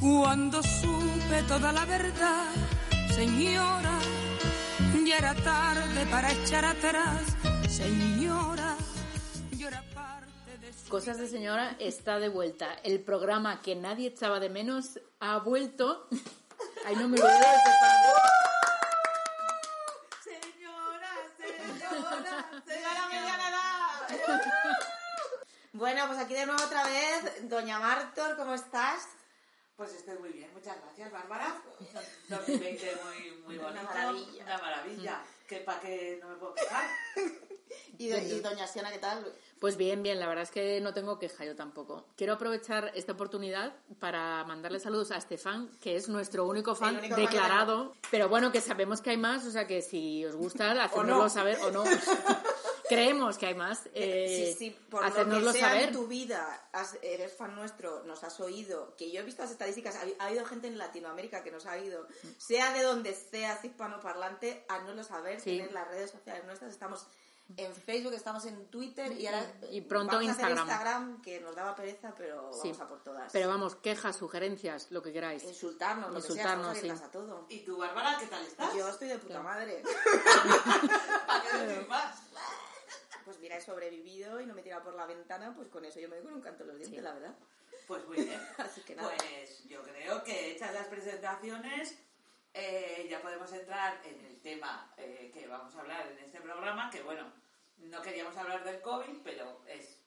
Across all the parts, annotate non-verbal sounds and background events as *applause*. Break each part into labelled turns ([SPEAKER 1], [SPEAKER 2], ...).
[SPEAKER 1] Cuando supe toda la verdad, señora, ya era tarde para echar atrás, señora, yo era parte de su...
[SPEAKER 2] Cosas de Señora está de vuelta. El programa que nadie echaba de menos ha vuelto. *laughs* Ay, no me lo
[SPEAKER 3] Señora, señora, señora mediana *laughs* Bueno, pues aquí de nuevo otra vez, doña Martor, ¿cómo estás?
[SPEAKER 4] Pues estoy muy bien, muchas gracias, Bárbara. 2020 muy, muy bonito.
[SPEAKER 3] Una maravilla.
[SPEAKER 4] Una maravilla. Que para que no me puedo quejar.
[SPEAKER 3] *laughs* Y, do- y doña Siana, ¿qué tal?
[SPEAKER 2] Pues bien, bien, la verdad es que no tengo queja yo tampoco. Quiero aprovechar esta oportunidad para mandarle saludos a Estefan, que es nuestro único fan
[SPEAKER 3] El único fan
[SPEAKER 2] declarado. Pero bueno, que sabemos que hay más, o sea que si os
[SPEAKER 3] *laughs*
[SPEAKER 2] gusta, hacérnoslo
[SPEAKER 4] no.
[SPEAKER 2] saber o no. Creemos que hay más. eh,
[SPEAKER 3] sí, sí, por
[SPEAKER 2] hacérnoslo
[SPEAKER 3] lo que sea
[SPEAKER 2] saber.
[SPEAKER 3] en tu vida, has- eres fan nuestro, nos has oído, que yo he visto las estadísticas, ha, ha habido gente en Latinoamérica que nos ha oído,
[SPEAKER 2] Mm.
[SPEAKER 3] sea de donde seas hispanoparlante, a no lo saber,
[SPEAKER 2] Sí.
[SPEAKER 3] tener las redes sociales nuestras, estamos en Facebook, estamos en Twitter y ahora
[SPEAKER 2] Y pronto
[SPEAKER 3] vamos a hacer
[SPEAKER 2] Instagram.
[SPEAKER 3] Instagram, que nos daba pereza, pero vamos
[SPEAKER 2] Sí.
[SPEAKER 3] a por todas.
[SPEAKER 2] Pero vamos, quejas, sugerencias, lo que queráis.
[SPEAKER 3] insultarnos, lo
[SPEAKER 2] Insultarnos,
[SPEAKER 3] que
[SPEAKER 2] sí.
[SPEAKER 3] sea, estamos abiertas a todo.
[SPEAKER 4] ¿Y tú, Bárbara, qué tal estás?
[SPEAKER 3] Yo estoy de
[SPEAKER 2] *laughs*
[SPEAKER 3] puta madre.
[SPEAKER 4] ¿Para qué decir más?
[SPEAKER 3] Pues mira, he sobrevivido y no me he tirado por la ventana, pues con eso yo me doy con un canto en los dientes, la verdad.
[SPEAKER 4] Pues muy bien.
[SPEAKER 3] *laughs* Así que nada.
[SPEAKER 4] Pues yo creo que hechas las presentaciones, eh, ya podemos entrar en el tema eh, que vamos a hablar en este programa, que bueno, no queríamos hablar del COVID, pero es,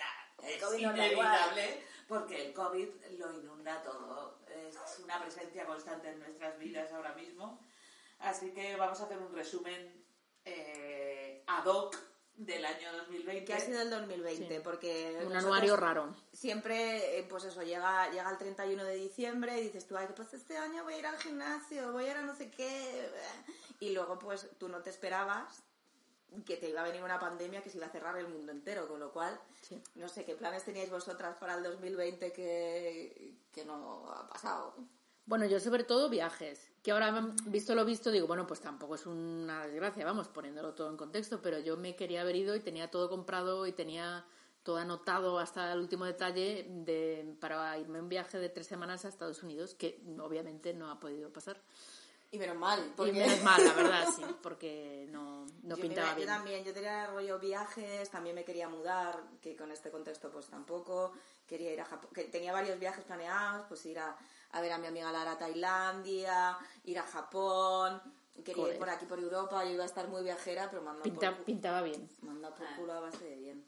[SPEAKER 4] ah,
[SPEAKER 3] El
[SPEAKER 4] es
[SPEAKER 3] COVID no da
[SPEAKER 4] inevitable, porque el COVID lo inunda todo. Es una presencia constante en nuestras vidas ahora mismo. Así que vamos a hacer un resumen eh, ad hoc del año 2020.
[SPEAKER 3] que ha sido el 2020, porque...
[SPEAKER 2] Un
[SPEAKER 3] nosotros
[SPEAKER 2] anuario raro.
[SPEAKER 3] Siempre, eh, pues eso, llega, llega el 31 de diciembre y dices tú, ay, pues este año voy a ir al gimnasio, voy a ir a no sé qué... Y luego, pues, tú no te esperabas que te iba a venir una pandemia que se iba a cerrar el mundo entero, con lo cual,
[SPEAKER 2] Sí.
[SPEAKER 3] no sé, ¿qué planes teníais vosotras para el 2020 que, que no ha pasado?
[SPEAKER 2] Bueno, yo sobre todo viajes, que ahora visto lo visto digo, bueno, pues tampoco es una desgracia, vamos, poniéndolo todo en contexto, pero yo me quería haber ido y tenía todo comprado y tenía todo anotado hasta el último detalle de, para irme a un viaje de tres semanas a Estados Unidos, que obviamente no ha podido pasar.
[SPEAKER 3] Y menos mal, porque...
[SPEAKER 2] Y menos mal, la verdad,
[SPEAKER 3] *laughs*
[SPEAKER 2] sí, porque no, no
[SPEAKER 3] yo, me
[SPEAKER 2] pintaba
[SPEAKER 3] iba- yo
[SPEAKER 2] bien.
[SPEAKER 3] también, yo tenía rollo viajes, también me quería mudar, que con este contexto pues tampoco, quería ir a Japón, que tenía varios viajes planeados, pues ir a, a ver a mi amiga Lara a Tailandia, ir a Japón, quería
[SPEAKER 2] Joder.
[SPEAKER 3] ir por aquí por Europa, yo iba a estar muy viajera, pero manda
[SPEAKER 2] Pinta-
[SPEAKER 3] por,
[SPEAKER 2] pintaba bien.
[SPEAKER 3] manda por culo a base de bien.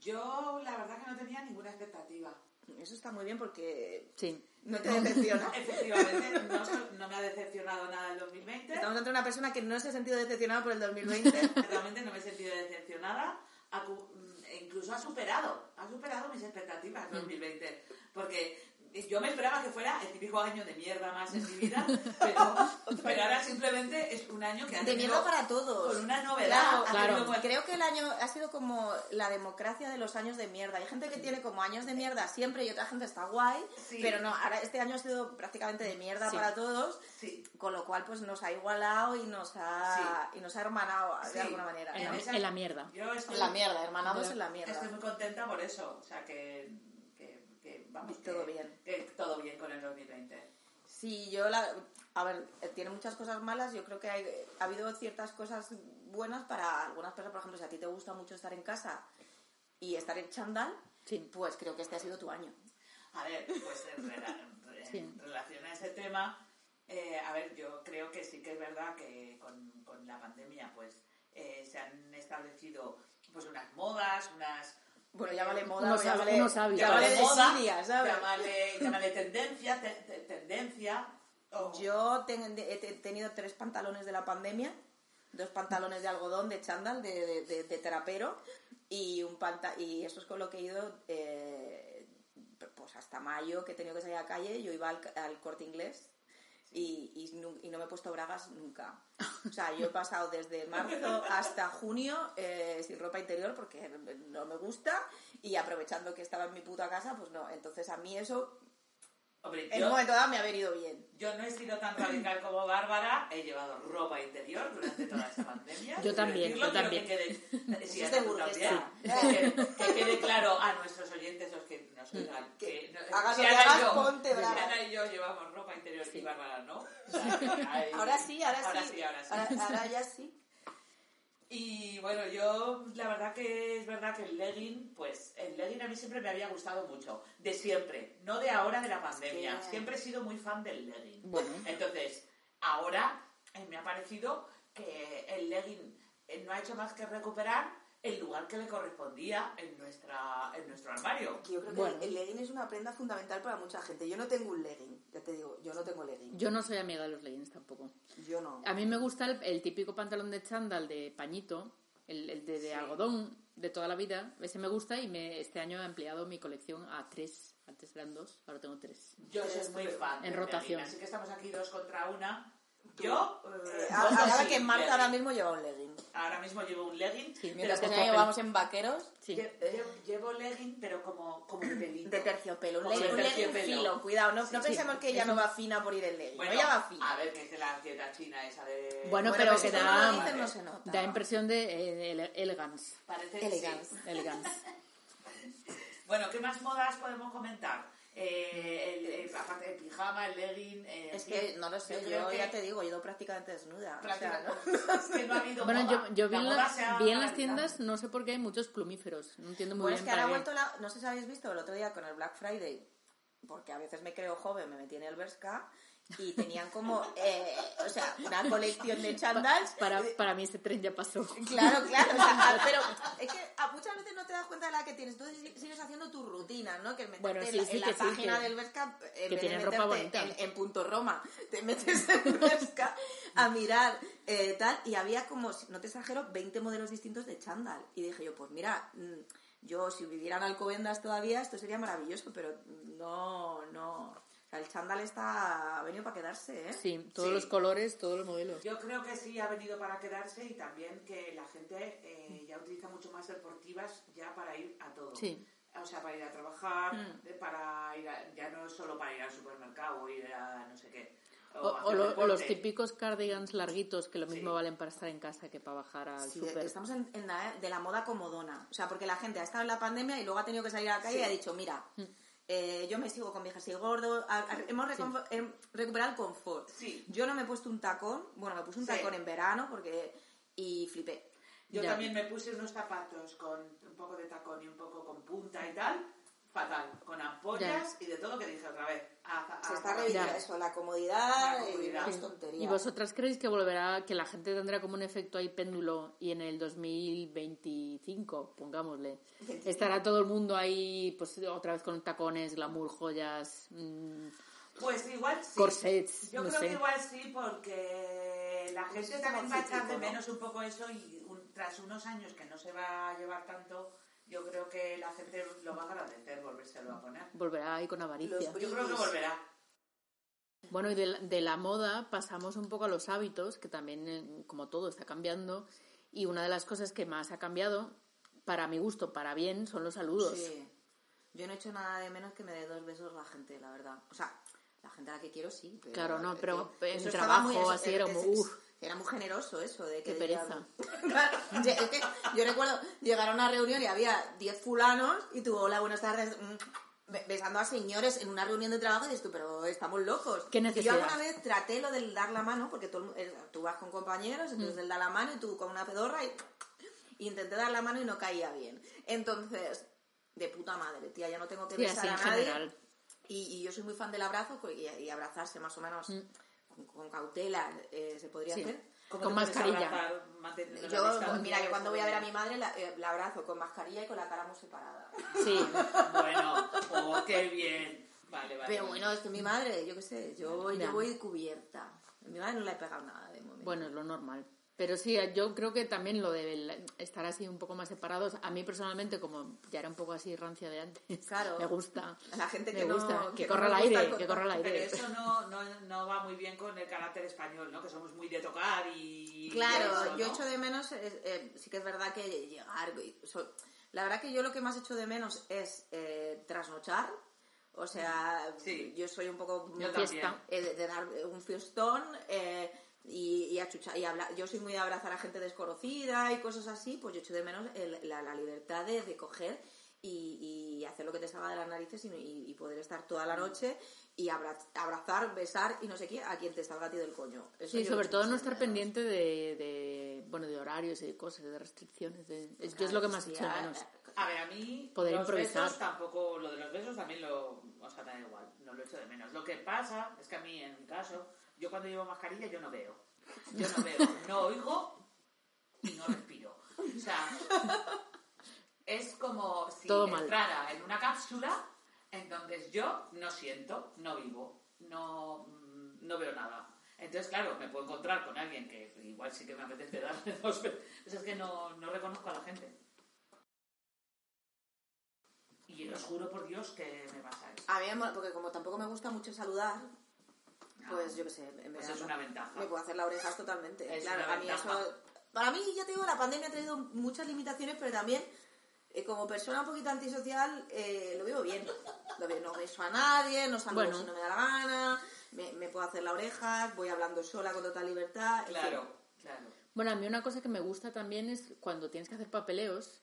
[SPEAKER 4] Yo la verdad que no tenía ninguna expectativa.
[SPEAKER 3] Eso está muy bien porque
[SPEAKER 2] Sí.
[SPEAKER 3] no te
[SPEAKER 4] *laughs*
[SPEAKER 3] decepciona. *laughs*
[SPEAKER 4] Efectivamente, no, so- no me ha decepcionado nada el 2020.
[SPEAKER 3] Estamos ante una persona que no se ha sentido decepcionada por
[SPEAKER 2] *laughs*
[SPEAKER 3] el 2020.
[SPEAKER 4] Realmente no me he sentido decepcionada. Ha cu- e incluso ha superado, ha superado mis expectativas 2020. Porque yo me esperaba que fuera el típico año de mierda más en mi vida,
[SPEAKER 3] *laughs*
[SPEAKER 4] pero, pero ahora simplemente es un año que ha
[SPEAKER 3] De
[SPEAKER 4] tenido
[SPEAKER 3] mierda para todos.
[SPEAKER 4] Con una novedad.
[SPEAKER 3] Claro,
[SPEAKER 4] ha
[SPEAKER 2] claro.
[SPEAKER 4] tenido cual-
[SPEAKER 3] Creo que el año ha sido como la democracia de los años de mierda. Hay gente que tiene como años de mierda siempre y otra gente está guay,
[SPEAKER 4] Sí.
[SPEAKER 3] pero no, ahora este año ha sido prácticamente de mierda
[SPEAKER 2] Sí.
[SPEAKER 3] para todos,
[SPEAKER 4] Sí.
[SPEAKER 3] con lo cual pues nos ha igualado y nos ha, y nos ha hermanado de
[SPEAKER 4] Sí.
[SPEAKER 3] alguna manera.
[SPEAKER 2] En
[SPEAKER 4] En
[SPEAKER 2] la,
[SPEAKER 4] esa-
[SPEAKER 2] en la mierda.
[SPEAKER 4] Yo estoy,
[SPEAKER 3] En la mierda, hermanados en la mierda.
[SPEAKER 4] estoy muy contenta por eso. O sea, que, que, que vamos, que-
[SPEAKER 3] Todo bien.
[SPEAKER 4] que todo bien con el 2020.
[SPEAKER 3] Sí, yo la... A ver, eh, tiene muchas cosas malas. Yo creo que hay- ha habido ciertas cosas buenas para algunas personas. Por ejemplo, si a ti te gusta mucho estar en casa y estar en chandal,
[SPEAKER 2] Sí.
[SPEAKER 3] pues creo que este ha sido tu año.
[SPEAKER 4] A ver, pues en, rela- en
[SPEAKER 2] Sí.
[SPEAKER 4] relación a ese tema, eh, a ver, yo creo que sí que es verdad que con, con la pandemia, pues eh, se han establecido pues unas modas, unas
[SPEAKER 3] Bueno, llámale moda,
[SPEAKER 2] Unos
[SPEAKER 3] o llámale,
[SPEAKER 2] hab- unos hábitos.
[SPEAKER 3] llámale
[SPEAKER 2] Llámale
[SPEAKER 3] desidia, ¿sabes?
[SPEAKER 4] llámale, llámale tendencia, te- te- tendencia. o-
[SPEAKER 3] Yo ten- he te- tenido tres pantalones de la pandemia, dos pantalones de algodón, de chándal, de, de, de- de trapero, y un panta y eso es con lo que he ido eh, pues hasta mayo que he tenido que salir a la calle yo iba al, al corte inglés y, y nu- y no me he puesto bragas nunca. O sea, yo he pasado desde marzo hasta junio eh, sin ropa interior porque no me gusta y aprovechando que estaba en mi puta casa, pues no. Entonces a mí eso
[SPEAKER 4] Hombre,
[SPEAKER 3] en
[SPEAKER 4] yo-
[SPEAKER 3] un momento dado me ha venido bien.
[SPEAKER 4] Yo no he sido tan radical como Bárbara, he llevado ropa interior durante toda esta pandemia.
[SPEAKER 2] Yo
[SPEAKER 4] Quiero
[SPEAKER 2] también,
[SPEAKER 4] decirlo,
[SPEAKER 2] yo
[SPEAKER 4] quiero
[SPEAKER 2] también. *laughs*
[SPEAKER 4] Que quede, sí,
[SPEAKER 3] Es
[SPEAKER 4] Ana,
[SPEAKER 3] de
[SPEAKER 4] tú
[SPEAKER 3] burguesa.
[SPEAKER 4] también. Que, que quede claro a nuestros oyentes, los que nos oigan, que no-
[SPEAKER 3] hagas
[SPEAKER 4] si
[SPEAKER 3] lo que
[SPEAKER 4] Ana y
[SPEAKER 3] hagas,
[SPEAKER 4] yo-
[SPEAKER 3] ponte
[SPEAKER 4] si
[SPEAKER 3] brava.
[SPEAKER 4] Ana y yo llevamos ropa interior y Bárbara no. o sea, que hay-
[SPEAKER 3] *laughs* Ahora sí, ahora,
[SPEAKER 4] ahora
[SPEAKER 3] sí.
[SPEAKER 4] sí. Ahora sí,
[SPEAKER 3] Ahora, ahora ya sí. *laughs*
[SPEAKER 4] Y bueno, yo la verdad que es verdad que el legging, pues el legging a mí siempre me había gustado mucho, de siempre, no de ahora de la pandemia,
[SPEAKER 3] que-
[SPEAKER 4] siempre he sido muy fan del legging.
[SPEAKER 2] Bueno.
[SPEAKER 4] Entonces, ahora eh, me ha parecido que el legging eh, no ha hecho más que recuperar el lugar que le correspondía en, nuestra, en nuestro armario.
[SPEAKER 5] Yo creo que
[SPEAKER 2] Bueno.
[SPEAKER 5] el legging es una prenda fundamental para mucha gente. Yo no tengo un legging, ya te digo, yo no tengo legging.
[SPEAKER 2] Yo no soy amiga de los leggings tampoco.
[SPEAKER 5] Yo no.
[SPEAKER 3] Eh,
[SPEAKER 2] A mí me gusta el, el típico pantalón de chándal de pañito, el, el de, de algodón de toda la vida. Ese me gusta y me, este año he ampliado mi colección a tres. Antes eran dos, ahora tengo tres.
[SPEAKER 4] Yo soy muy fan.
[SPEAKER 2] En
[SPEAKER 4] del
[SPEAKER 2] rotación.
[SPEAKER 4] legging, así que estamos aquí dos contra una. Yo, eh,
[SPEAKER 5] Ah,
[SPEAKER 4] voto
[SPEAKER 5] ahora
[SPEAKER 4] sí,
[SPEAKER 5] que
[SPEAKER 4] legging.
[SPEAKER 5] Marta ahora mismo lleva un legging.
[SPEAKER 4] Ahora mismo llevo un legging. pero
[SPEAKER 5] Mientras que
[SPEAKER 4] como-
[SPEAKER 5] nosotros vamos en vaqueros.
[SPEAKER 2] Sí.
[SPEAKER 4] Lle- lle- Llevo legging, pero como, como de pelito.
[SPEAKER 3] De terciopelo. Un
[SPEAKER 4] Como de
[SPEAKER 3] legging, un legging
[SPEAKER 4] terciopelo.
[SPEAKER 3] filo, cuidado. No, no
[SPEAKER 2] sí.
[SPEAKER 3] pensemos que ella no va fina por ir en legging.
[SPEAKER 4] Bueno,
[SPEAKER 3] no, ella va fina.
[SPEAKER 4] a ver, que es de la dieta china esa de...
[SPEAKER 2] Bueno,
[SPEAKER 3] Bueno,
[SPEAKER 2] pero
[SPEAKER 3] pues
[SPEAKER 2] que
[SPEAKER 3] si tú
[SPEAKER 2] da,
[SPEAKER 3] no lo dices, no se nota.
[SPEAKER 2] da impresión de eh, ele- elegance.
[SPEAKER 4] Parece
[SPEAKER 3] Elegance.
[SPEAKER 4] sí.
[SPEAKER 2] elegance.
[SPEAKER 4] Bueno, ¿qué más modas podemos comentar? Eh, el, el- aparte del pijama, el legging... eh,
[SPEAKER 3] Es
[SPEAKER 4] en
[SPEAKER 3] que
[SPEAKER 4] fin,
[SPEAKER 3] no lo sé,
[SPEAKER 4] creo
[SPEAKER 3] yo ya te digo, yo he ido prácticamente desnuda. o sea,
[SPEAKER 4] prácticamente-
[SPEAKER 3] ¿no? *laughs*
[SPEAKER 4] *laughs* es que no ha habido
[SPEAKER 2] Bueno,
[SPEAKER 4] moda.
[SPEAKER 2] yo, yo vi,
[SPEAKER 4] La
[SPEAKER 2] en
[SPEAKER 4] moda
[SPEAKER 2] las-
[SPEAKER 4] se ha
[SPEAKER 2] vi en las
[SPEAKER 4] paralizado.
[SPEAKER 2] tiendas, no sé por qué, hay muchos plumíferos. No entiendo muy
[SPEAKER 3] Pues
[SPEAKER 2] bien
[SPEAKER 3] que ahora ha
[SPEAKER 2] para qué.
[SPEAKER 3] vuelto la... No sé si habéis visto el otro día con el Black Friday, porque a veces me creo joven, me metí en el Berska y tenían como, eh, o sea, una colección
[SPEAKER 2] *laughs*
[SPEAKER 3] de chandals.
[SPEAKER 2] Para, para mí este tren ya pasó. *laughs*
[SPEAKER 3] Claro, claro, o sea, pero es que a- muchas veces no te das cuenta de la que tienes, tú sig- sigues haciendo tu rutina, ¿no? Que meterte
[SPEAKER 2] Bueno, sí,
[SPEAKER 3] en la,
[SPEAKER 2] sí,
[SPEAKER 3] en la
[SPEAKER 2] que sí,
[SPEAKER 3] página
[SPEAKER 2] que-
[SPEAKER 3] del Berska, en vez de
[SPEAKER 2] tienen ropa
[SPEAKER 3] meterte
[SPEAKER 2] bonita.
[SPEAKER 3] en, en Punto Roma, te metes en Berska a mirar eh, tal, y había como, no te exagero, 20 modelos distintos de chándal. Y dije yo, pues mira, mm, yo si viviera en Alcobendas todavía, esto sería maravilloso, pero no, no. O sea, el chándal está, ha venido para quedarse, ¿eh?
[SPEAKER 2] Sí, todos
[SPEAKER 4] Sí.
[SPEAKER 2] los colores, todos los modelos.
[SPEAKER 4] Yo creo que sí ha venido para quedarse y también que la gente eh, ya utiliza mucho más deportivas ya para ir a todo.
[SPEAKER 2] Sí. Mm.
[SPEAKER 4] O sea, para ir a trabajar, eh, para ir a- ya no es solo para ir al supermercado o ir a no sé qué.
[SPEAKER 2] O, o
[SPEAKER 4] hacer
[SPEAKER 2] lo-
[SPEAKER 4] deporte.
[SPEAKER 2] los típicos cardigans larguitos que lo mismo
[SPEAKER 4] Sí.
[SPEAKER 2] valen para estar en casa que para bajar al
[SPEAKER 3] Sí,
[SPEAKER 2] súper.
[SPEAKER 3] estamos en, en la, de la moda comodona. O sea, porque la gente ha estado en la pandemia y luego ha tenido que salir a la calle y ha dicho, mira,
[SPEAKER 5] Mm.
[SPEAKER 3] eh, yo me sigo con mi jersey gordo. a- a- hemos reconfo- em, recuperado el confort.
[SPEAKER 4] Sí.
[SPEAKER 3] Yo no me he puesto un tacón. Bueno, me puse un
[SPEAKER 4] Sí.
[SPEAKER 3] tacón en verano porque... Y flipé.
[SPEAKER 4] Yo
[SPEAKER 2] Ya.
[SPEAKER 4] también me puse unos zapatos con un poco de tacón y un poco con punta y tal. Fatal. Con ampollas y de todo que dije otra vez. A- a-
[SPEAKER 5] Se
[SPEAKER 4] a-
[SPEAKER 3] Ah,
[SPEAKER 5] está reviviendo
[SPEAKER 2] Ya.
[SPEAKER 5] eso, la comodidad,
[SPEAKER 4] La
[SPEAKER 5] y
[SPEAKER 4] comodidad.
[SPEAKER 5] las
[SPEAKER 4] Sí.
[SPEAKER 5] tonterías.
[SPEAKER 2] ¿Y vosotras creéis que volverá, que la gente tendrá como un efecto ahí péndulo y en el 2025, pongámosle, estará todo el mundo ahí, pues otra vez con tacones, glamour, joyas, mm,
[SPEAKER 4] Pues igual sí.
[SPEAKER 2] corsets,
[SPEAKER 4] Yo
[SPEAKER 2] no
[SPEAKER 4] creo
[SPEAKER 2] sé.
[SPEAKER 4] que igual sí, porque la gente también va a echar de menos un poco eso y un- tras unos años que no se va a llevar tanto, yo creo que la gente lo va a agradecer volvérselo a poner.
[SPEAKER 2] Volverá ahí con avaricia.
[SPEAKER 5] Los
[SPEAKER 4] Yo creo que
[SPEAKER 5] Brindis.
[SPEAKER 4] volverá.
[SPEAKER 2] Bueno, y de la, de la moda pasamos un poco a los hábitos, que también, eh, como todo, está cambiando. Y una de las cosas que más ha cambiado, para mi gusto, para bien, son los saludos.
[SPEAKER 3] Sí. Yo no he hecho nada de menos que me dé dos besos la gente, la verdad. O sea, la gente a la que quiero sí. Pero,
[SPEAKER 2] Claro, no, pero
[SPEAKER 3] eh,
[SPEAKER 2] en
[SPEAKER 3] eso
[SPEAKER 2] trabajo,
[SPEAKER 3] estaba eso-
[SPEAKER 2] así era como, uf.
[SPEAKER 3] Era muy generoso eso de que...
[SPEAKER 2] Qué pereza.
[SPEAKER 3] *laughs* digan- Es que yo recuerdo llegar a una reunión y había 10 fulanos y tú, hola, buenas tardes, mm, be- besando a señores en una reunión de trabajo y dices tú, pero estamos locos.
[SPEAKER 2] ¿Qué
[SPEAKER 3] Y
[SPEAKER 2] necesidad?
[SPEAKER 3] Yo alguna vez traté lo del dar la mano, porque todo el mu- eh, tú vas con compañeros,
[SPEAKER 2] Mm.
[SPEAKER 3] entonces él da la mano y tú con una pedorra y y intenté dar la mano y no caía bien. Entonces, de puta madre, tía, ya no tengo que
[SPEAKER 2] Sí,
[SPEAKER 3] besar
[SPEAKER 2] así en
[SPEAKER 3] a nadie.
[SPEAKER 2] general.
[SPEAKER 3] Y, y yo soy muy fan del abrazo co- y, y abrazarse más o menos con, con cautela eh, se podría
[SPEAKER 2] Mm. Sí.
[SPEAKER 3] hacer.
[SPEAKER 4] ¿Cómo
[SPEAKER 2] Con
[SPEAKER 4] te puedes
[SPEAKER 2] mascarilla.
[SPEAKER 4] abrazar manteniendo la
[SPEAKER 3] Yo, pues
[SPEAKER 4] distancia?
[SPEAKER 3] mira, yo cuando voy a ver a mi madre la, eh, la abrazo con mascarilla y con la cara muy separada.
[SPEAKER 2] Sí.
[SPEAKER 4] *laughs* Bueno, oh, qué bien. Vale, vale.
[SPEAKER 3] Pero bueno, es que mi madre, yo qué sé, yo, voy-
[SPEAKER 2] Ya.
[SPEAKER 3] yo voy cubierta. A mi madre no le he pegado nada de momento.
[SPEAKER 2] Bueno, es lo normal. Pero sí, yo creo que también lo de el- estar así un poco más separados, a mí personalmente, como ya era un poco así rancia de antes,
[SPEAKER 3] Claro.
[SPEAKER 2] me gusta.
[SPEAKER 3] A la gente
[SPEAKER 2] me
[SPEAKER 3] que no-
[SPEAKER 2] gusta, que,
[SPEAKER 3] que no
[SPEAKER 2] corra
[SPEAKER 3] nos
[SPEAKER 2] el
[SPEAKER 3] gusta el
[SPEAKER 2] aire, que
[SPEAKER 3] contacto,
[SPEAKER 2] corra el
[SPEAKER 4] Pero
[SPEAKER 2] aire.
[SPEAKER 4] eso no, no, no va muy bien con el carácter español, ¿no? Que somos muy de tocar y...
[SPEAKER 3] Claro,
[SPEAKER 4] y eso,
[SPEAKER 3] yo
[SPEAKER 4] ¿no?
[SPEAKER 3] echo de menos, eh, eh, sí que es verdad que llegar, y- so- la verdad que yo lo que más echo de menos es eh, trasnochar, o sea,
[SPEAKER 4] Sí.
[SPEAKER 3] yo soy un poco
[SPEAKER 4] Yo
[SPEAKER 2] también.
[SPEAKER 3] eh, de, de dar un fiestón eh, y, y achuchar, y hablar, yo soy muy de abrazar a gente desconocida y cosas así, pues yo echo de menos el- la, la libertad de, de coger y, y hacer lo que te salga de las narices y, y- y poder estar toda
[SPEAKER 4] Mm.
[SPEAKER 3] la noche y abra- abrazar, besar y no sé qué a quien te salga a ti del coño. Eso
[SPEAKER 2] Sí,
[SPEAKER 3] yo
[SPEAKER 2] sobre
[SPEAKER 3] lo
[SPEAKER 2] todo
[SPEAKER 3] echo
[SPEAKER 2] no
[SPEAKER 3] de
[SPEAKER 2] estar
[SPEAKER 3] menos.
[SPEAKER 2] pendiente de, de, bueno, de horarios y de cosas, de restricciones. de- es- yo es lo que más echo de menos.
[SPEAKER 4] A ver, a mí
[SPEAKER 2] Poder
[SPEAKER 4] los
[SPEAKER 2] improvisar.
[SPEAKER 4] besos tampoco, lo de los besos también lo, o sea, da igual, no lo echo de menos. Lo que pasa es que a mí, en mi caso, yo cuando llevo mascarilla yo no veo, yo no veo, no oigo y no respiro. O sea, es como si
[SPEAKER 2] Todo mal.
[SPEAKER 4] entrara en una cápsula, entonces yo no siento, no vivo, no, mm, no veo nada. Entonces, claro, me puedo encontrar con alguien que igual sí que me apetece darle dos besos. Es que no, no reconozco a la gente. Y os juro por Dios que me pasa eso.
[SPEAKER 3] A mí, me mola, porque como tampoco me gusta mucho saludar, pues yo qué sé, en
[SPEAKER 4] Pues
[SPEAKER 3] verdad
[SPEAKER 4] es
[SPEAKER 3] no-
[SPEAKER 4] una ventaja.
[SPEAKER 3] Me puedo hacer las orejas totalmente.
[SPEAKER 4] Es
[SPEAKER 3] claro,
[SPEAKER 4] una
[SPEAKER 3] a mí
[SPEAKER 4] ventaja.
[SPEAKER 3] eso. Para mí, ya te digo, la pandemia ha traído muchas limitaciones, pero también, eh, como persona un poquito antisocial, eh, lo vivo bien. Lo veo- no beso a nadie, no saludo
[SPEAKER 2] Bueno.
[SPEAKER 3] si no me da la gana, me, me puedo hacer las orejas, voy hablando sola con total libertad. en
[SPEAKER 4] Claro,
[SPEAKER 3] fin.
[SPEAKER 4] claro.
[SPEAKER 2] Bueno, a mí una cosa que me gusta también es cuando tienes que hacer papeleos,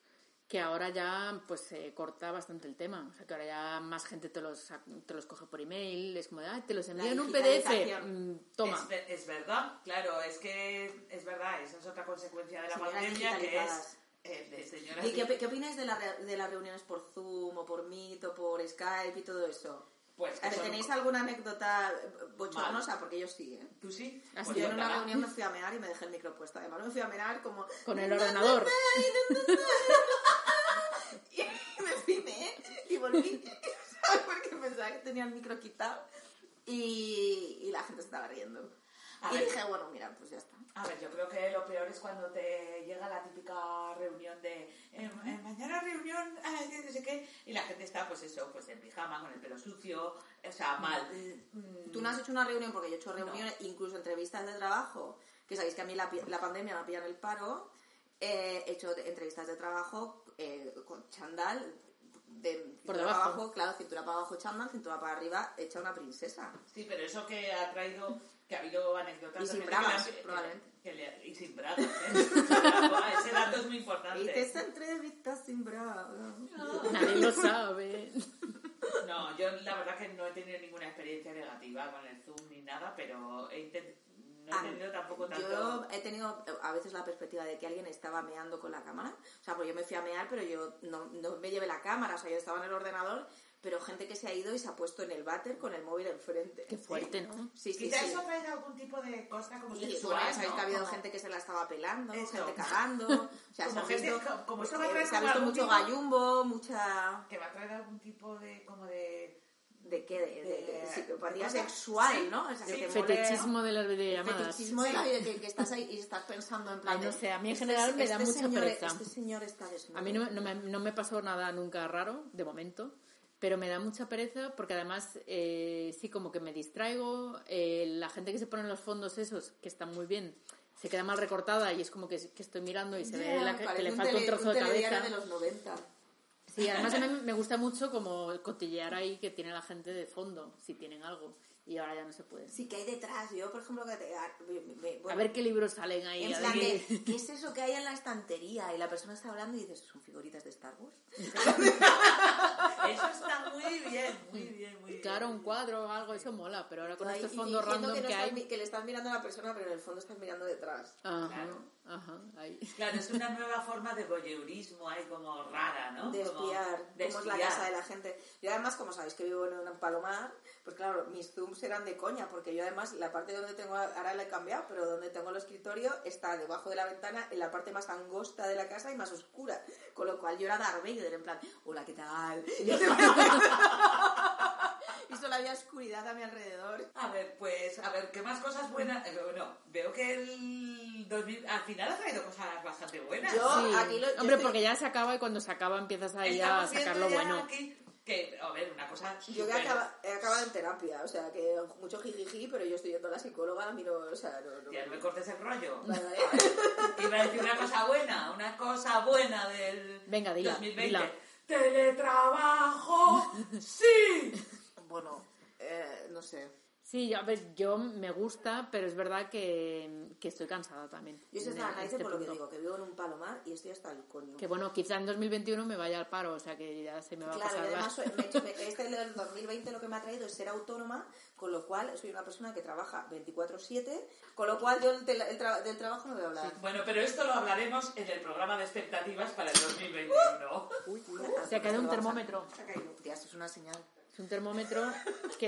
[SPEAKER 2] que ahora ya pues se corta bastante el tema. O sea, que ahora ya más gente te los, sa- te los coge por email, es como de, "Ay, te los envío en un PDF.
[SPEAKER 3] digitalización.
[SPEAKER 2] Mm, toma.
[SPEAKER 4] Es, ve- es verdad, claro, es que es verdad, esa es otra consecuencia de la
[SPEAKER 3] Señoras
[SPEAKER 4] pandemia que es
[SPEAKER 3] digitalizadas.
[SPEAKER 4] eh, de señoras
[SPEAKER 3] ¿Y qué,
[SPEAKER 4] digi-
[SPEAKER 3] opi- qué opináis de, la re- de las reuniones por Zoom o por Meet o por Skype y todo eso?
[SPEAKER 4] Pues que
[SPEAKER 3] A ver,
[SPEAKER 4] son-
[SPEAKER 3] ¿Tenéis alguna anécdota bochornosa? Porque yo sí, ¿eh?
[SPEAKER 4] ¿Tú sí?
[SPEAKER 2] Así
[SPEAKER 4] Pues
[SPEAKER 3] Yo en una
[SPEAKER 4] cuéntala.
[SPEAKER 3] reunión me fui a mear y me dejé el micro puesto. Además, me fui a mear como...
[SPEAKER 2] Con el ordenador.
[SPEAKER 3] *laughs* y me vine y volví, *laughs* ¿sabes? Porque pensaba que tenía el micro quitado y, y la gente se estaba riendo.
[SPEAKER 4] A
[SPEAKER 3] y
[SPEAKER 4] ver.
[SPEAKER 3] dije, bueno, mira, pues ya está.
[SPEAKER 4] A ver, yo creo que lo peor es cuando te llega la típica reunión de eh, eh, mañana reunión, ah, sí, no sé qué, y la gente está, pues eso, pues en pijama, con el pelo sucio, o sea, mal. Mm,
[SPEAKER 3] Tú no has hecho una reunión, porque yo he hecho reuniones, incluso entrevistas de trabajo, que sabéis que a mí la, pi- la pandemia me ha pillado en el paro, eh, he hecho entrevistas de trabajo eh, con chandal, de cintura para
[SPEAKER 2] debajo.
[SPEAKER 3] abajo, claro, cintura para abajo chandal, cintura para arriba, hecha una princesa.
[SPEAKER 4] Sí, pero eso que ha traído, que ha habido anécdotas...
[SPEAKER 3] Y
[SPEAKER 4] de
[SPEAKER 3] sin
[SPEAKER 4] gente que
[SPEAKER 3] bragas,
[SPEAKER 4] le han- que-
[SPEAKER 3] probablemente.
[SPEAKER 4] que le- y sin bragas, *laughs* ¿eh? Ese dato es muy
[SPEAKER 3] Y
[SPEAKER 4] importante.
[SPEAKER 3] Hice entrevistas sin braga.
[SPEAKER 2] Nadie lo sabe.
[SPEAKER 4] No, yo la verdad que no he tenido ninguna experiencia negativa con el Zoom ni nada, pero he inten- no
[SPEAKER 3] Ah,
[SPEAKER 4] he tenido tampoco tanto...
[SPEAKER 3] Yo he tenido eh, a veces la perspectiva de que alguien estaba meando con la cámara. O sea, pues yo me fui a mear, pero yo no, no me llevé la cámara. O sea, yo estaba en el ordenador, pero gente que se ha ido y se ha puesto en el váter con el móvil enfrente.
[SPEAKER 2] Qué fuerte, ¿no?
[SPEAKER 3] Sí, sí,
[SPEAKER 4] Quizá
[SPEAKER 3] sí.
[SPEAKER 4] eso traiga algún tipo de cosa como
[SPEAKER 3] Y
[SPEAKER 4] sexual,
[SPEAKER 3] bueno, ya sabéis
[SPEAKER 4] ¿no?
[SPEAKER 3] que ha habido
[SPEAKER 4] Como-
[SPEAKER 3] gente que se la estaba pelando,
[SPEAKER 4] Eso.
[SPEAKER 3] gente cagando. O sea,
[SPEAKER 4] Como
[SPEAKER 3] se ha
[SPEAKER 4] gente-
[SPEAKER 3] visto,
[SPEAKER 4] co- como esto va a
[SPEAKER 3] eh,
[SPEAKER 4] traer
[SPEAKER 3] se ha
[SPEAKER 4] como
[SPEAKER 3] visto
[SPEAKER 4] algún
[SPEAKER 3] mucho
[SPEAKER 4] tipo-
[SPEAKER 3] gallumbo, mucha.
[SPEAKER 4] que va a traer algún tipo de como de
[SPEAKER 3] ¿De qué? De, de- de
[SPEAKER 4] Eh,
[SPEAKER 3] psicopatía
[SPEAKER 4] cosa-
[SPEAKER 3] sexual,
[SPEAKER 4] sí,
[SPEAKER 3] ¿no? O sea,
[SPEAKER 4] sí.
[SPEAKER 3] que *laughs* te muere-
[SPEAKER 2] Fetichismo de las videollamadas.
[SPEAKER 3] fetichismo de la vida, que, que estás ahí y estás pensando en plan.
[SPEAKER 2] Ay, Ah, no
[SPEAKER 3] de,
[SPEAKER 2] sé, a mí en
[SPEAKER 3] este-
[SPEAKER 2] general me da
[SPEAKER 3] este
[SPEAKER 2] mucha
[SPEAKER 3] señor-
[SPEAKER 2] pereza.
[SPEAKER 3] Este señor está desnudo.
[SPEAKER 2] A mí no, no me, no me pasó nada nunca raro, de momento, pero me da mucha pereza porque además eh, sí como que me distraigo, eh, la gente que se pone en los fondos esos, que están muy bien, se queda mal recortada y es como que, que estoy mirando y se ve la- que
[SPEAKER 3] Parece
[SPEAKER 2] le falta un,
[SPEAKER 3] tele-
[SPEAKER 2] trozo de
[SPEAKER 3] telediario
[SPEAKER 2] cabeza.
[SPEAKER 3] de los 90.
[SPEAKER 2] Sí, además a mí
[SPEAKER 3] *laughs*
[SPEAKER 2] me gusta mucho como cotillear ahí que tiene la gente de fondo, si tienen algo, y ahora ya no se puede.
[SPEAKER 3] Sí, que hay detrás. Yo, por ejemplo, que te- a- me- me-
[SPEAKER 2] A
[SPEAKER 3] bueno,
[SPEAKER 2] ver qué libros salen ahí.
[SPEAKER 3] En
[SPEAKER 2] a
[SPEAKER 3] plan
[SPEAKER 2] ver qué- *laughs*
[SPEAKER 3] de, ¿qué es eso que hay en la estantería? Y la persona está hablando y dices, ¿son figuritas de Star Wars?
[SPEAKER 4] eso está muy bien muy bien muy bien
[SPEAKER 2] Claro, un cuadro o algo, eso mola, pero ahora con
[SPEAKER 3] Ahí,
[SPEAKER 2] este
[SPEAKER 3] y
[SPEAKER 2] fondo
[SPEAKER 3] fingiendo
[SPEAKER 2] random
[SPEAKER 3] que, no
[SPEAKER 2] que
[SPEAKER 3] estás mi-
[SPEAKER 2] hay...
[SPEAKER 3] que le estás mirando a la persona, pero en el fondo estás mirando detrás.
[SPEAKER 2] Ajá,
[SPEAKER 4] Claro.
[SPEAKER 2] ajá, ahí.
[SPEAKER 4] claro es una nueva forma de voyeurismo ahí como rara no
[SPEAKER 3] De
[SPEAKER 4] Como-
[SPEAKER 3] espiar,
[SPEAKER 4] Oh, de
[SPEAKER 3] como es la
[SPEAKER 4] espiar.
[SPEAKER 3] casa de la gente. Yo además, como sabéis que vivo en un palomar, pues claro, mis zooms eran de coña, porque yo además la parte donde tengo, ahora la he cambiado, pero donde tengo el escritorio está debajo de la ventana, en la parte más angosta de la casa y más oscura.
[SPEAKER 4] *laughs*
[SPEAKER 3] Con lo cual yo era Darth Vader, en plan, hola, ¿qué tal?
[SPEAKER 6] y solo había oscuridad a mi alrededor.
[SPEAKER 4] A ver, pues, a ver, ¿qué más cosas
[SPEAKER 3] Mm.
[SPEAKER 4] buenas? Eh, Bueno, veo que el 2000, al final ha traído cosas bastante buenas.
[SPEAKER 6] Yo-
[SPEAKER 2] Sí.
[SPEAKER 6] aquí lo- yo
[SPEAKER 2] Hombre,
[SPEAKER 6] estoy-
[SPEAKER 2] porque ya se acaba y cuando se acaba empiezas ahí a
[SPEAKER 4] Estamos
[SPEAKER 2] sacar
[SPEAKER 4] viendo
[SPEAKER 2] lo
[SPEAKER 4] ya
[SPEAKER 2] bueno.
[SPEAKER 4] aquí que, a ver, una cosa
[SPEAKER 3] Yo que
[SPEAKER 4] súper-
[SPEAKER 3] acaba- he acabado en terapia, o sea, que mucho jijiji, pero yo estoy yendo a la psicóloga, miro, o sea, no, ¿eh? no.
[SPEAKER 4] Ya no me cortes el rollo.
[SPEAKER 3] Vale.
[SPEAKER 4] *laughs* Iba a decir una cosa buena, una cosa buena del
[SPEAKER 2] Venga, dila,
[SPEAKER 4] 2020.
[SPEAKER 2] dila.
[SPEAKER 4] Teletrabajo, sí.
[SPEAKER 6] Bueno, eh, no sé.
[SPEAKER 2] Sí, a ver, yo me gusta, pero es verdad que, que estoy cansada también.
[SPEAKER 3] Yo estoy
[SPEAKER 2] en-
[SPEAKER 3] hasta la
[SPEAKER 2] en
[SPEAKER 3] nariz
[SPEAKER 2] este
[SPEAKER 3] por lo que
[SPEAKER 2] punto.
[SPEAKER 3] digo, que vivo en un palomar y estoy hasta el coño.
[SPEAKER 2] Que bueno, quizá en 2021 me vaya al paro, o sea que ya se me va a
[SPEAKER 3] Claro, y
[SPEAKER 2] pasar.
[SPEAKER 3] además
[SPEAKER 2] la-
[SPEAKER 3] soy- me he hecho- me- este del 2020 lo que me ha traído es ser autónoma, con lo cual soy una persona que trabaja 24/7, con lo cual yo el tel- el tra- del trabajo no voy a hablar.
[SPEAKER 4] Bueno, pero esto lo hablaremos en el programa de expectativas para el 2021.
[SPEAKER 2] Se ha caído un termómetro.
[SPEAKER 6] Se ha caído. Tía, esto es una señal.
[SPEAKER 2] Es un termómetro
[SPEAKER 3] *laughs*
[SPEAKER 2] que,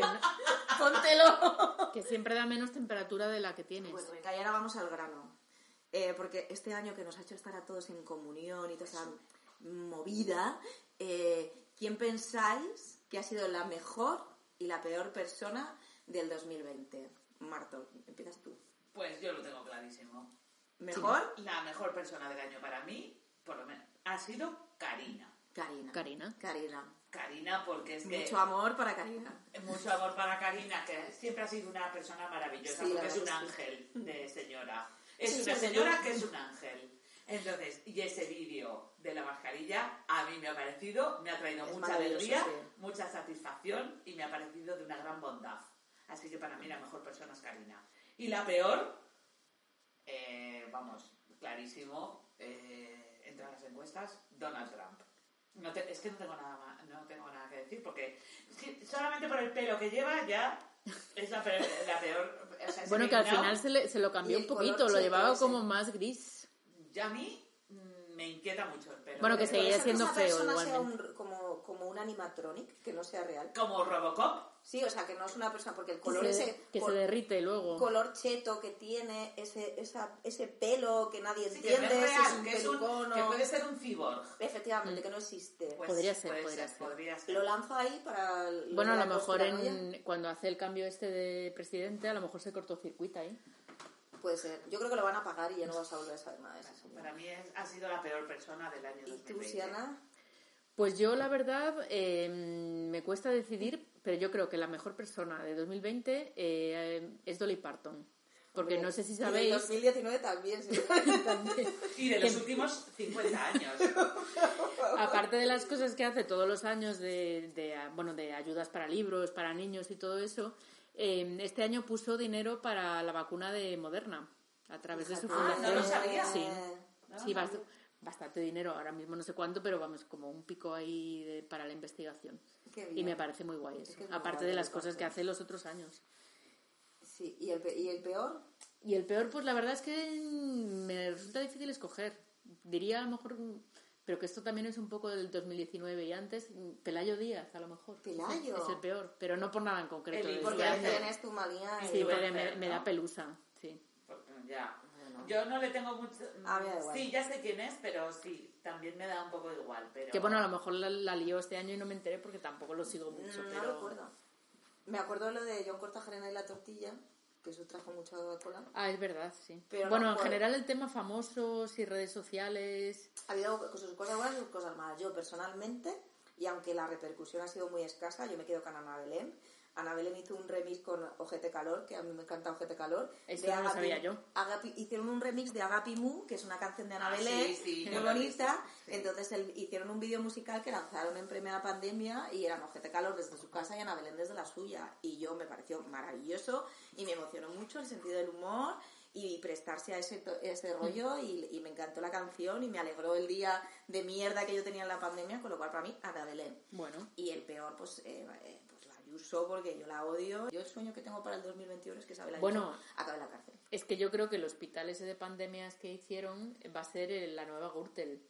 [SPEAKER 6] ¡Póntelo!
[SPEAKER 2] que siempre da menos temperatura de la que tienes.
[SPEAKER 3] Pues
[SPEAKER 6] Bueno, venga, y ahora vamos al grano. Eh, porque este año que nos ha hecho estar a todos en comunión y toda esa movida, eh, ¿quién pensáis que ha sido la mejor y la peor persona del 2020? Marto, empiezas tú.
[SPEAKER 4] Pues yo lo tengo clarísimo.
[SPEAKER 6] ¿Mejor?
[SPEAKER 4] La mejor persona del año para mí, por lo menos, ha sido Karina.
[SPEAKER 6] Karina.
[SPEAKER 2] Karina.
[SPEAKER 6] Karina.
[SPEAKER 4] Karina, porque es que
[SPEAKER 6] Mucho amor para Karina.
[SPEAKER 4] mucho amor para Karina, que siempre ha sido una persona maravillosa,
[SPEAKER 3] Sí, la
[SPEAKER 4] porque es
[SPEAKER 3] verdad
[SPEAKER 4] un
[SPEAKER 3] que sí.
[SPEAKER 4] ángel de señora. Es
[SPEAKER 3] Sí,
[SPEAKER 4] una
[SPEAKER 3] sí,
[SPEAKER 4] señora
[SPEAKER 3] sí.
[SPEAKER 4] que es un ángel. Entonces, y ese vídeo de la mascarilla a mí me ha parecido, me ha traído
[SPEAKER 3] Es
[SPEAKER 4] mucha
[SPEAKER 3] maravilloso,
[SPEAKER 4] alegría,
[SPEAKER 3] sí.
[SPEAKER 4] mucha satisfacción y me ha parecido de una gran bondad. Así que para mí la mejor persona es Karina. Y la peor, eh, vamos, clarísimo, eh, entre las encuestas, Donald Trump. No te- es que no tengo nada ma- no tengo nada que decir porque es que solamente por el pelo que lleva ya es la peor, la peor o sea, ese
[SPEAKER 2] Bueno, que al
[SPEAKER 4] peinado,
[SPEAKER 2] final se, le- se lo cambió
[SPEAKER 3] Y
[SPEAKER 2] un
[SPEAKER 3] el color
[SPEAKER 2] poquito, lo
[SPEAKER 3] sí,
[SPEAKER 2] llevaba
[SPEAKER 3] ese.
[SPEAKER 2] como más gris.
[SPEAKER 4] ya a mí mm, me inquieta mucho el pelo
[SPEAKER 2] Bueno, que
[SPEAKER 4] Eh,
[SPEAKER 2] seguía
[SPEAKER 3] Puede ser
[SPEAKER 2] siendo
[SPEAKER 3] que esa
[SPEAKER 2] feo
[SPEAKER 3] persona sea
[SPEAKER 2] igualmente.
[SPEAKER 3] un- como, como un animatronic, que no sea real.
[SPEAKER 4] como Robocop
[SPEAKER 3] Sí, o sea, que no es una persona, porque el
[SPEAKER 2] Que
[SPEAKER 3] color
[SPEAKER 2] se,
[SPEAKER 3] ese...
[SPEAKER 2] que se
[SPEAKER 3] col-
[SPEAKER 2] derrite luego.
[SPEAKER 3] color cheto que tiene, ese, esa- ese pelo que nadie
[SPEAKER 4] sí, que no
[SPEAKER 3] entiende,
[SPEAKER 4] es
[SPEAKER 3] si es
[SPEAKER 4] real
[SPEAKER 3] un
[SPEAKER 4] que, es un-
[SPEAKER 3] pelucón
[SPEAKER 4] que
[SPEAKER 3] o-
[SPEAKER 4] puede ser un cyborg
[SPEAKER 3] Efectivamente, que no existe.
[SPEAKER 4] Pues,
[SPEAKER 2] Mm. Podría ser,
[SPEAKER 4] puede
[SPEAKER 2] podría ser.
[SPEAKER 4] ser, podría ser.
[SPEAKER 3] Lo lanzo ahí para... el-
[SPEAKER 2] Bueno, a
[SPEAKER 3] la
[SPEAKER 2] lo mejor
[SPEAKER 3] conspiranoia.
[SPEAKER 2] en, cuando hace el cambio este de presidente, a lo mejor se cortocircuita ahí.
[SPEAKER 3] Puede ser. Yo creo que lo van a pagar y ya no vas a volver a saber nada de esa señora.
[SPEAKER 4] para mí es- ha sido la peor persona del año
[SPEAKER 3] ¿Y tú,
[SPEAKER 4] 2020.
[SPEAKER 3] Siana?
[SPEAKER 2] Pues yo, la verdad, eh, me cuesta decidir, pero yo creo que la mejor persona de 2020 eh, es Dolly Parton. Porque no sé si
[SPEAKER 3] Y en
[SPEAKER 2] sabéis.
[SPEAKER 3] 2019 también.
[SPEAKER 2] *laughs*
[SPEAKER 3] sí.
[SPEAKER 4] y de los últimos 50 años
[SPEAKER 2] aparte de las cosas que hace todos los años de, de, ah, bueno, de ayudas para libros, para niños y todo eso, eh, este año puso dinero para la vacuna de Moderna a través de su
[SPEAKER 4] Ah,
[SPEAKER 2] fundación.
[SPEAKER 4] no lo sabía. Ah.
[SPEAKER 2] Sí,
[SPEAKER 4] No lo
[SPEAKER 2] sí bast-
[SPEAKER 4] sabía.
[SPEAKER 2] bastante dinero, ahora mismo no sé cuánto, pero vamos, como un pico ahí de- para la investigación.
[SPEAKER 3] Qué
[SPEAKER 2] Y
[SPEAKER 3] bien.
[SPEAKER 2] me parece muy guay eso,
[SPEAKER 3] que es muy
[SPEAKER 2] aparte
[SPEAKER 3] guay
[SPEAKER 2] de
[SPEAKER 3] lo
[SPEAKER 2] las
[SPEAKER 3] que
[SPEAKER 2] cosas que
[SPEAKER 3] hace.
[SPEAKER 2] hace los otros años.
[SPEAKER 3] Sí, ¿y el, pe- y el peor?
[SPEAKER 2] Y el peor, pues la verdad es que me resulta difícil escoger. Diría a lo mejor, pero que esto también es un poco del 2019 y antes, Pelayo Díaz a lo mejor.
[SPEAKER 3] Pelayo.
[SPEAKER 2] Es el peor, pero no por nada en concreto.
[SPEAKER 4] El-
[SPEAKER 2] de
[SPEAKER 4] porque
[SPEAKER 3] Porque
[SPEAKER 2] este año.
[SPEAKER 3] tienes tu manía. y-
[SPEAKER 2] Sí,
[SPEAKER 4] Influencer,
[SPEAKER 2] porque me, me da
[SPEAKER 4] ¿no?
[SPEAKER 2] pelusa. Sí.
[SPEAKER 4] Ya. Yo no le tengo mucho.
[SPEAKER 3] A mí da igual.
[SPEAKER 4] Sí, ya sé quién es, pero sí, también me da un poco igual. Pero...
[SPEAKER 2] Que bueno, a lo mejor la, la lió este año y no me enteré porque tampoco lo sigo mucho.
[SPEAKER 3] Mm, No
[SPEAKER 2] pero...
[SPEAKER 3] recuerdo. Me acuerdo lo de John Cortajarena y la tortilla, que eso trajo mucha cola.
[SPEAKER 2] Ah, es verdad, sí.
[SPEAKER 3] Pero
[SPEAKER 2] bueno,
[SPEAKER 3] no
[SPEAKER 2] en
[SPEAKER 3] por-
[SPEAKER 2] general el tema famosos y redes sociales.
[SPEAKER 3] Ha habido sus cosas buenas y sus cosas malas. Yo personalmente, y aunque la repercusión ha sido muy escasa, yo me quedo con Ana Belén. Ana Belén hizo un remix con Ojete Calor, que a mí me encanta Ojete Calor.
[SPEAKER 2] Eso
[SPEAKER 3] de
[SPEAKER 2] no lo
[SPEAKER 3] Agapi-
[SPEAKER 2] sabía yo.
[SPEAKER 3] Agapi- hicieron un remix de Agapi Mu, que es una canción de Ana
[SPEAKER 4] Ah,
[SPEAKER 3] Belén,
[SPEAKER 4] sí, sí, yo
[SPEAKER 3] muy
[SPEAKER 4] la he visto,
[SPEAKER 3] bonita.
[SPEAKER 4] sí.
[SPEAKER 3] Entonces el- hicieron un vídeo musical que lanzaron en primera pandemia y eran Ojete Calor desde su casa y Ana Belén desde la suya. Y yo me pareció maravilloso y me emocionó mucho el sentido del humor y prestarse a ese, to- ese rollo y, y me encantó la canción y me alegró el día de mierda que yo tenía en la pandemia, con lo cual para mí Ana Belén.
[SPEAKER 2] Bueno,
[SPEAKER 3] Y el peor, pues, eh, eh, pues la Ayuso, porque yo la odio. Yo el sueño que tengo para el 2021 es que Isabel Ayuso
[SPEAKER 2] Bueno.
[SPEAKER 3] acabe en la cárcel.
[SPEAKER 2] es que yo creo que el hospital ese de pandemias que hicieron va a ser eh, la nueva Gürtel.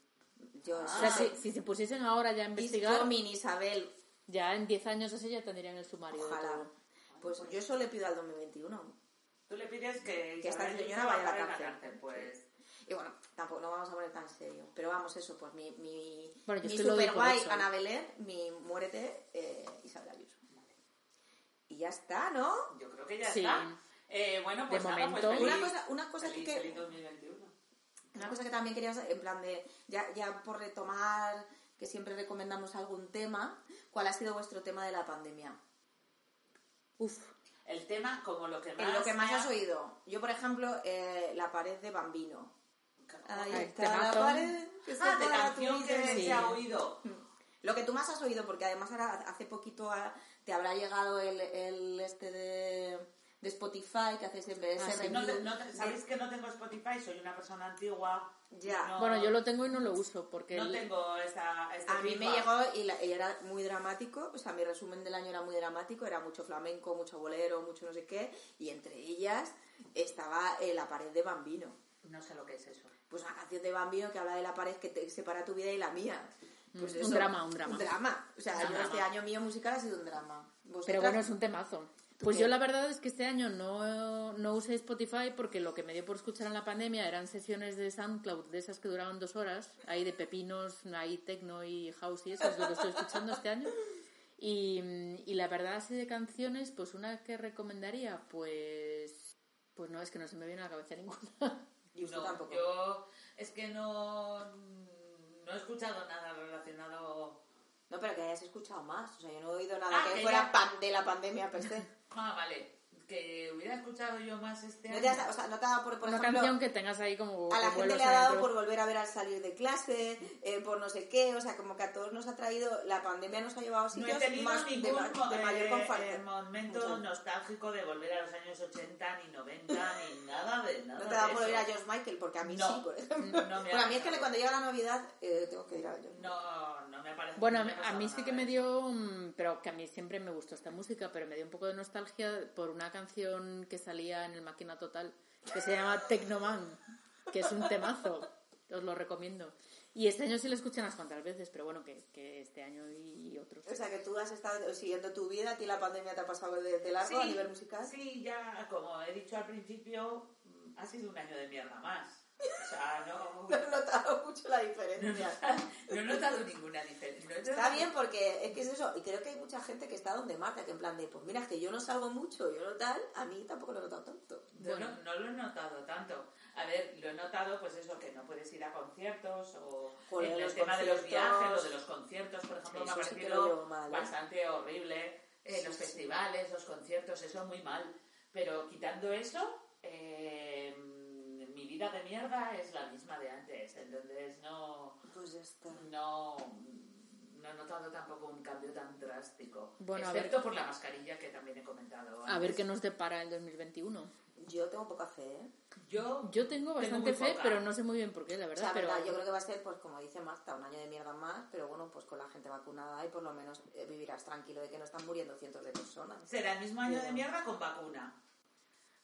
[SPEAKER 3] Yo
[SPEAKER 2] Ah. O sea,
[SPEAKER 3] soy
[SPEAKER 2] si, si se pusiesen ahora ya a investigar,
[SPEAKER 3] Discomin, Isabel,
[SPEAKER 2] ya en 10 años así ya tendrían el sumario de
[SPEAKER 3] ojalá.
[SPEAKER 2] todo.
[SPEAKER 3] Pues yo eso le pido al 2021.
[SPEAKER 4] Tú le pides que,
[SPEAKER 3] Que esta
[SPEAKER 4] Isabel
[SPEAKER 3] señora
[SPEAKER 4] Allende
[SPEAKER 3] vaya a la
[SPEAKER 4] acabe en
[SPEAKER 3] cárcel.
[SPEAKER 4] Pues
[SPEAKER 3] Y bueno, tampoco no vamos a poner tan serio. Pero vamos, eso, pues mi, mi,
[SPEAKER 2] Bueno, yo
[SPEAKER 3] mi
[SPEAKER 2] es que lo doy por
[SPEAKER 3] superguay
[SPEAKER 2] hecho, ¿eh?
[SPEAKER 3] Ana Belén, mi muérete eh, Isabel Ayuso. ya está, ¿no?
[SPEAKER 4] Yo creo que ya
[SPEAKER 2] Sí.
[SPEAKER 4] está. Eh, bueno, pues
[SPEAKER 2] De
[SPEAKER 4] nada,
[SPEAKER 2] momento.
[SPEAKER 4] pues feliz-
[SPEAKER 3] Una cosa- una cosa
[SPEAKER 4] feliz-
[SPEAKER 3] que-
[SPEAKER 4] feliz 2021.
[SPEAKER 3] Una cosa que también quería sa- en plan de, ya, ya por retomar, que siempre recomendamos algún tema, ¿cuál ha sido vuestro tema de la pandemia?
[SPEAKER 2] Uf,
[SPEAKER 4] El tema como lo que más...
[SPEAKER 3] En lo que más
[SPEAKER 4] me ha-
[SPEAKER 3] has oído. Yo, por ejemplo, eh, la pared de Bambino. Ahí
[SPEAKER 2] Ay,
[SPEAKER 3] está la
[SPEAKER 2] temazo.
[SPEAKER 3] pared. que
[SPEAKER 4] Ah,
[SPEAKER 3] está
[SPEAKER 4] de
[SPEAKER 3] toda la
[SPEAKER 4] canción que
[SPEAKER 3] tuya.
[SPEAKER 4] se ha oído.
[SPEAKER 3] Lo que tú más has oído, porque además ahora hace poquito ha- te habrá llegado el, el este de, de Spotify que haces en vez
[SPEAKER 2] Ah,
[SPEAKER 3] de
[SPEAKER 2] sí,
[SPEAKER 3] review
[SPEAKER 4] No te- no te-
[SPEAKER 3] de-
[SPEAKER 4] ¿Sabéis que no tengo Spotify? Soy una persona antigua.
[SPEAKER 3] Ya.
[SPEAKER 4] No-
[SPEAKER 2] bueno, yo lo tengo y no lo uso porque
[SPEAKER 4] No
[SPEAKER 2] el-
[SPEAKER 4] tengo esta... este
[SPEAKER 3] A mí me
[SPEAKER 4] feedback.
[SPEAKER 3] llegó y, la- y era muy dramático, o sea, mi resumen del año era muy dramático, era mucho flamenco, mucho bolero, mucho no sé qué, y entre ellas estaba eh, la pared de Bambino.
[SPEAKER 4] No sé lo que es eso.
[SPEAKER 3] Pues una canción de Bambino que habla de la pared que te separa tu vida y la mía. Pues
[SPEAKER 2] Mm, un
[SPEAKER 3] eso,
[SPEAKER 2] drama, un drama.
[SPEAKER 3] Un drama. O sea,
[SPEAKER 2] Un
[SPEAKER 3] yo
[SPEAKER 2] drama.
[SPEAKER 3] este año mío musical ha sido un drama.
[SPEAKER 2] Pero
[SPEAKER 3] ¿Vosotras?
[SPEAKER 2] bueno, es un temazo. Pues
[SPEAKER 3] qué?
[SPEAKER 2] yo la verdad es que este año no, no usé Spotify porque lo que me dio por escuchar en la pandemia eran sesiones de SoundCloud, de esas que duraban dos horas, ahí de pepinos, ahí techno y house y eso es lo que estoy escuchando este año. Y, y la verdad, así de canciones, pues una que recomendaría, pues... Pues no, es que no se me viene a la cabeza ninguna.
[SPEAKER 3] Y usted
[SPEAKER 4] no,
[SPEAKER 3] tampoco.
[SPEAKER 4] yo es que no, no he escuchado nada relacionado.
[SPEAKER 3] No, pero que hayas escuchado más. O sea, yo no he oído nada
[SPEAKER 4] Ah,
[SPEAKER 3] que,
[SPEAKER 4] que
[SPEAKER 3] fuera
[SPEAKER 4] ya-
[SPEAKER 3] pan de la pandemia per
[SPEAKER 4] *laughs*
[SPEAKER 3] se.
[SPEAKER 4] Ah, vale, que hubiera escuchado yo más este
[SPEAKER 3] No
[SPEAKER 4] año.
[SPEAKER 3] te has, o sea, no te ha dado por, por
[SPEAKER 2] una
[SPEAKER 3] ejemplo,
[SPEAKER 2] canción que tengas ahí como...
[SPEAKER 3] a la
[SPEAKER 2] como
[SPEAKER 3] gente
[SPEAKER 2] el
[SPEAKER 3] le ha
[SPEAKER 2] oso
[SPEAKER 3] dado
[SPEAKER 2] dentro.
[SPEAKER 3] por volver a ver al salir de clase, eh, por no sé qué. O sea, como que a todos nos ha traído... La pandemia nos ha llevado a
[SPEAKER 4] no he
[SPEAKER 3] sitios
[SPEAKER 4] tenido
[SPEAKER 3] más de,
[SPEAKER 4] ningún
[SPEAKER 3] ma-
[SPEAKER 4] mo-
[SPEAKER 3] de mayor
[SPEAKER 4] eh,
[SPEAKER 3] confort.
[SPEAKER 4] eh, momento
[SPEAKER 3] Mucho.
[SPEAKER 4] nostálgico de volver a los años 80 ni 90 ni nada de nada.
[SPEAKER 3] No te da
[SPEAKER 4] de
[SPEAKER 3] por ir a
[SPEAKER 4] eso.
[SPEAKER 3] George Michael, porque a mí
[SPEAKER 4] No.
[SPEAKER 3] sí, por ejemplo.
[SPEAKER 4] No me
[SPEAKER 3] bueno,
[SPEAKER 4] ha
[SPEAKER 3] a mí es que
[SPEAKER 4] pasado.
[SPEAKER 3] cuando llega la Navidad eh, tengo que ir a George
[SPEAKER 4] No, no me parece.
[SPEAKER 2] Bueno,
[SPEAKER 4] no
[SPEAKER 2] a mí-
[SPEAKER 4] me ha
[SPEAKER 2] a mí
[SPEAKER 4] pasado
[SPEAKER 2] sí que
[SPEAKER 4] nada
[SPEAKER 2] me
[SPEAKER 4] de
[SPEAKER 2] dio, mm, pero que a mí siempre me gustó esta música, pero me dio un poco de nostalgia por una canción que salía en el Máquina Total, que se llama Tecnoman, que es un temazo, os lo recomiendo. Y este año sí lo escuché unas cuantas veces, pero bueno, que, que este año y otros.
[SPEAKER 3] O sea, que tú has estado siguiendo tu vida, a ti la pandemia te ha pasado de, de
[SPEAKER 4] eso.
[SPEAKER 3] largo a
[SPEAKER 4] Sí,
[SPEAKER 3] nivel musical.
[SPEAKER 4] Sí, ya, como he dicho al principio, mm, ha sido un año de mierda más. O sea, no. *laughs*
[SPEAKER 3] No *laughs* he notado mucho la diferencia.
[SPEAKER 4] No he notado ninguna diferencia. No he
[SPEAKER 3] Está
[SPEAKER 4] notado-
[SPEAKER 3] bien porque es que es eso, y creo que hay mucha gente que está donde Marta, que en plan de, pues mira, es que yo no salgo mucho, yo no tal, a mí tampoco lo he notado tanto.
[SPEAKER 4] Yo no, no lo he notado tanto. A ver, lo he notado, pues eso, que no puedes ir a conciertos o
[SPEAKER 3] Joder,
[SPEAKER 4] en el
[SPEAKER 3] los
[SPEAKER 4] tema de los
[SPEAKER 3] conciertos.
[SPEAKER 4] viajes o de los conciertos, por ejemplo, me ha
[SPEAKER 3] Eso sí que lo
[SPEAKER 4] parecido
[SPEAKER 3] llevo mal, ¿eh?
[SPEAKER 4] bastante horrible. Eh, los festivales, los conciertos, eso muy mal. Pero quitando eso, eh, mi vida de mierda es la misma de antes. Entonces no,
[SPEAKER 3] Pues ya está.
[SPEAKER 4] no, no he notado tampoco un cambio tan drástico.
[SPEAKER 2] Bueno, a ver.
[SPEAKER 4] excepto por la mascarilla que también he comentado.
[SPEAKER 2] A ver
[SPEAKER 4] antes.
[SPEAKER 2] qué nos depara el 2021.
[SPEAKER 3] Yo tengo poca fe, ¿eh?
[SPEAKER 4] Yo,
[SPEAKER 2] Yo tengo bastante
[SPEAKER 4] muy
[SPEAKER 2] fe,
[SPEAKER 4] poca.
[SPEAKER 2] pero no sé muy bien por qué, la
[SPEAKER 3] O
[SPEAKER 2] verdad.
[SPEAKER 3] sea,
[SPEAKER 2] pero
[SPEAKER 3] verdad, yo creo que va a ser, pues como dice Marta, un año de mierda más, pero bueno, pues con la gente vacunada y por lo menos eh, vivirás tranquilo de que no están muriendo cientos de personas.
[SPEAKER 4] Será el mismo año de
[SPEAKER 3] Pero-
[SPEAKER 4] mierda con vacuna.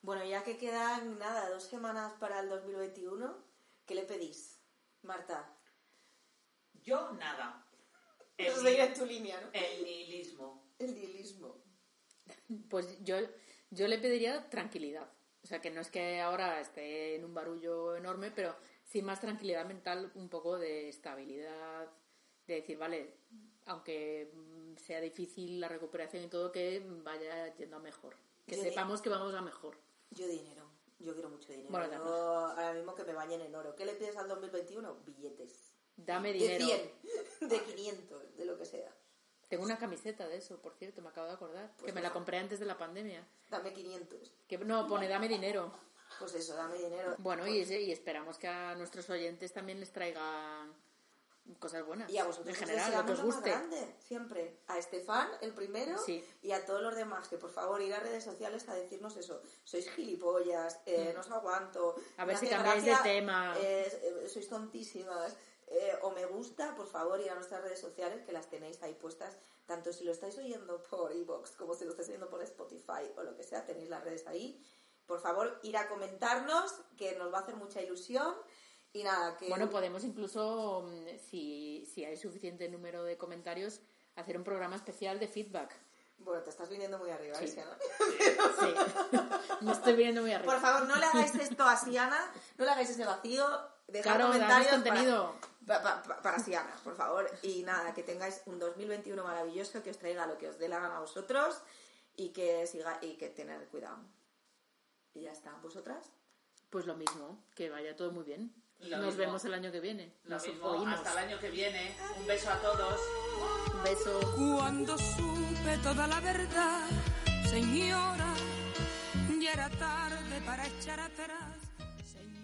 [SPEAKER 3] Bueno, ya que quedan nada, dos semanas para el 2021, ¿qué le pedís, Marta?
[SPEAKER 4] Yo nada. El,
[SPEAKER 3] Eso sería en tu línea, ¿no?
[SPEAKER 4] el nihilismo.
[SPEAKER 3] El nihilismo.
[SPEAKER 2] Pues yo, yo le pediría tranquilidad. O sea, que no es que ahora esté en un barullo enorme, pero sí más tranquilidad mental, un poco de estabilidad, de decir, vale, aunque mm, sea difícil la recuperación y todo, que vaya yendo a mejor. Que
[SPEAKER 3] Yo di-
[SPEAKER 2] sepamos que vamos a mejor.
[SPEAKER 3] Yo dinero. Yo quiero mucho dinero.
[SPEAKER 2] Bueno,
[SPEAKER 3] Yo ahora mismo que me bañen en oro. ¿Qué le pides al 2021? Billetes.
[SPEAKER 2] Dame dinero.
[SPEAKER 3] De 100, de 500, de lo que sea.
[SPEAKER 2] Tengo una camiseta de eso, por cierto, me acabo de acordar.
[SPEAKER 3] Pues
[SPEAKER 2] que me la compré antes de la pandemia.
[SPEAKER 3] Dame 500.
[SPEAKER 2] Que no, pone dame dinero.
[SPEAKER 3] Pues eso, dame dinero.
[SPEAKER 2] Bueno, y, y esperamos que a nuestros oyentes también les traiga cosas buenas.
[SPEAKER 3] Y a vosotros
[SPEAKER 2] en
[SPEAKER 3] os
[SPEAKER 2] general, lo
[SPEAKER 3] deseamos
[SPEAKER 2] que os
[SPEAKER 3] más
[SPEAKER 2] guste.
[SPEAKER 3] grande, siempre. A Estefan, el primero,
[SPEAKER 2] Sí.
[SPEAKER 3] y a todos los demás, que por favor ir a redes sociales a decirnos eso. Sois gilipollas, eh, no os aguanto.
[SPEAKER 2] Mm. A ver
[SPEAKER 3] me
[SPEAKER 2] si
[SPEAKER 3] hace
[SPEAKER 2] cambiáis de tema.
[SPEAKER 3] eh, eh, sois tontísimas. eh, o me gusta, por favor, ir a nuestras redes sociales que las tenéis ahí puestas, tanto si lo estáis oyendo por iBox como si lo estáis oyendo por Spotify o lo que sea, tenéis las redes ahí. Por favor, ir a comentarnos, que nos va a hacer mucha ilusión. Y nada, que
[SPEAKER 2] Bueno, podemos incluso, mm, si, si hay suficiente número de comentarios, hacer un programa especial de feedback.
[SPEAKER 3] Bueno, te estás viniendo muy arriba,
[SPEAKER 2] Sí.
[SPEAKER 3] Isiana.
[SPEAKER 2] Sí.
[SPEAKER 3] *laughs*
[SPEAKER 2] Me estoy viendo muy arriba.
[SPEAKER 3] Por favor, no le hagáis esto a Siana, no le hagáis ese vacío. Dejad
[SPEAKER 2] Claro,
[SPEAKER 3] comentarios
[SPEAKER 2] danos contenido.
[SPEAKER 3] Para, pa- pa- pa- para Siana, por favor. Y nada, que tengáis un 2021 maravilloso, que os traiga lo que os dé la gana a vosotros. y que siga y que tener cuidado. Y ya está, vosotras.
[SPEAKER 2] Pues lo mismo, que vaya todo muy bien.
[SPEAKER 4] Lo
[SPEAKER 2] Nos
[SPEAKER 4] mismo.
[SPEAKER 2] vemos el año que viene.
[SPEAKER 4] Lo
[SPEAKER 2] Nos
[SPEAKER 4] mismo,
[SPEAKER 2] oímos.
[SPEAKER 4] hasta el año que viene. Un beso a todos.
[SPEAKER 2] Un beso.
[SPEAKER 1] Cuando supe toda la verdad, señora, ya era tarde para echar atrás, señora.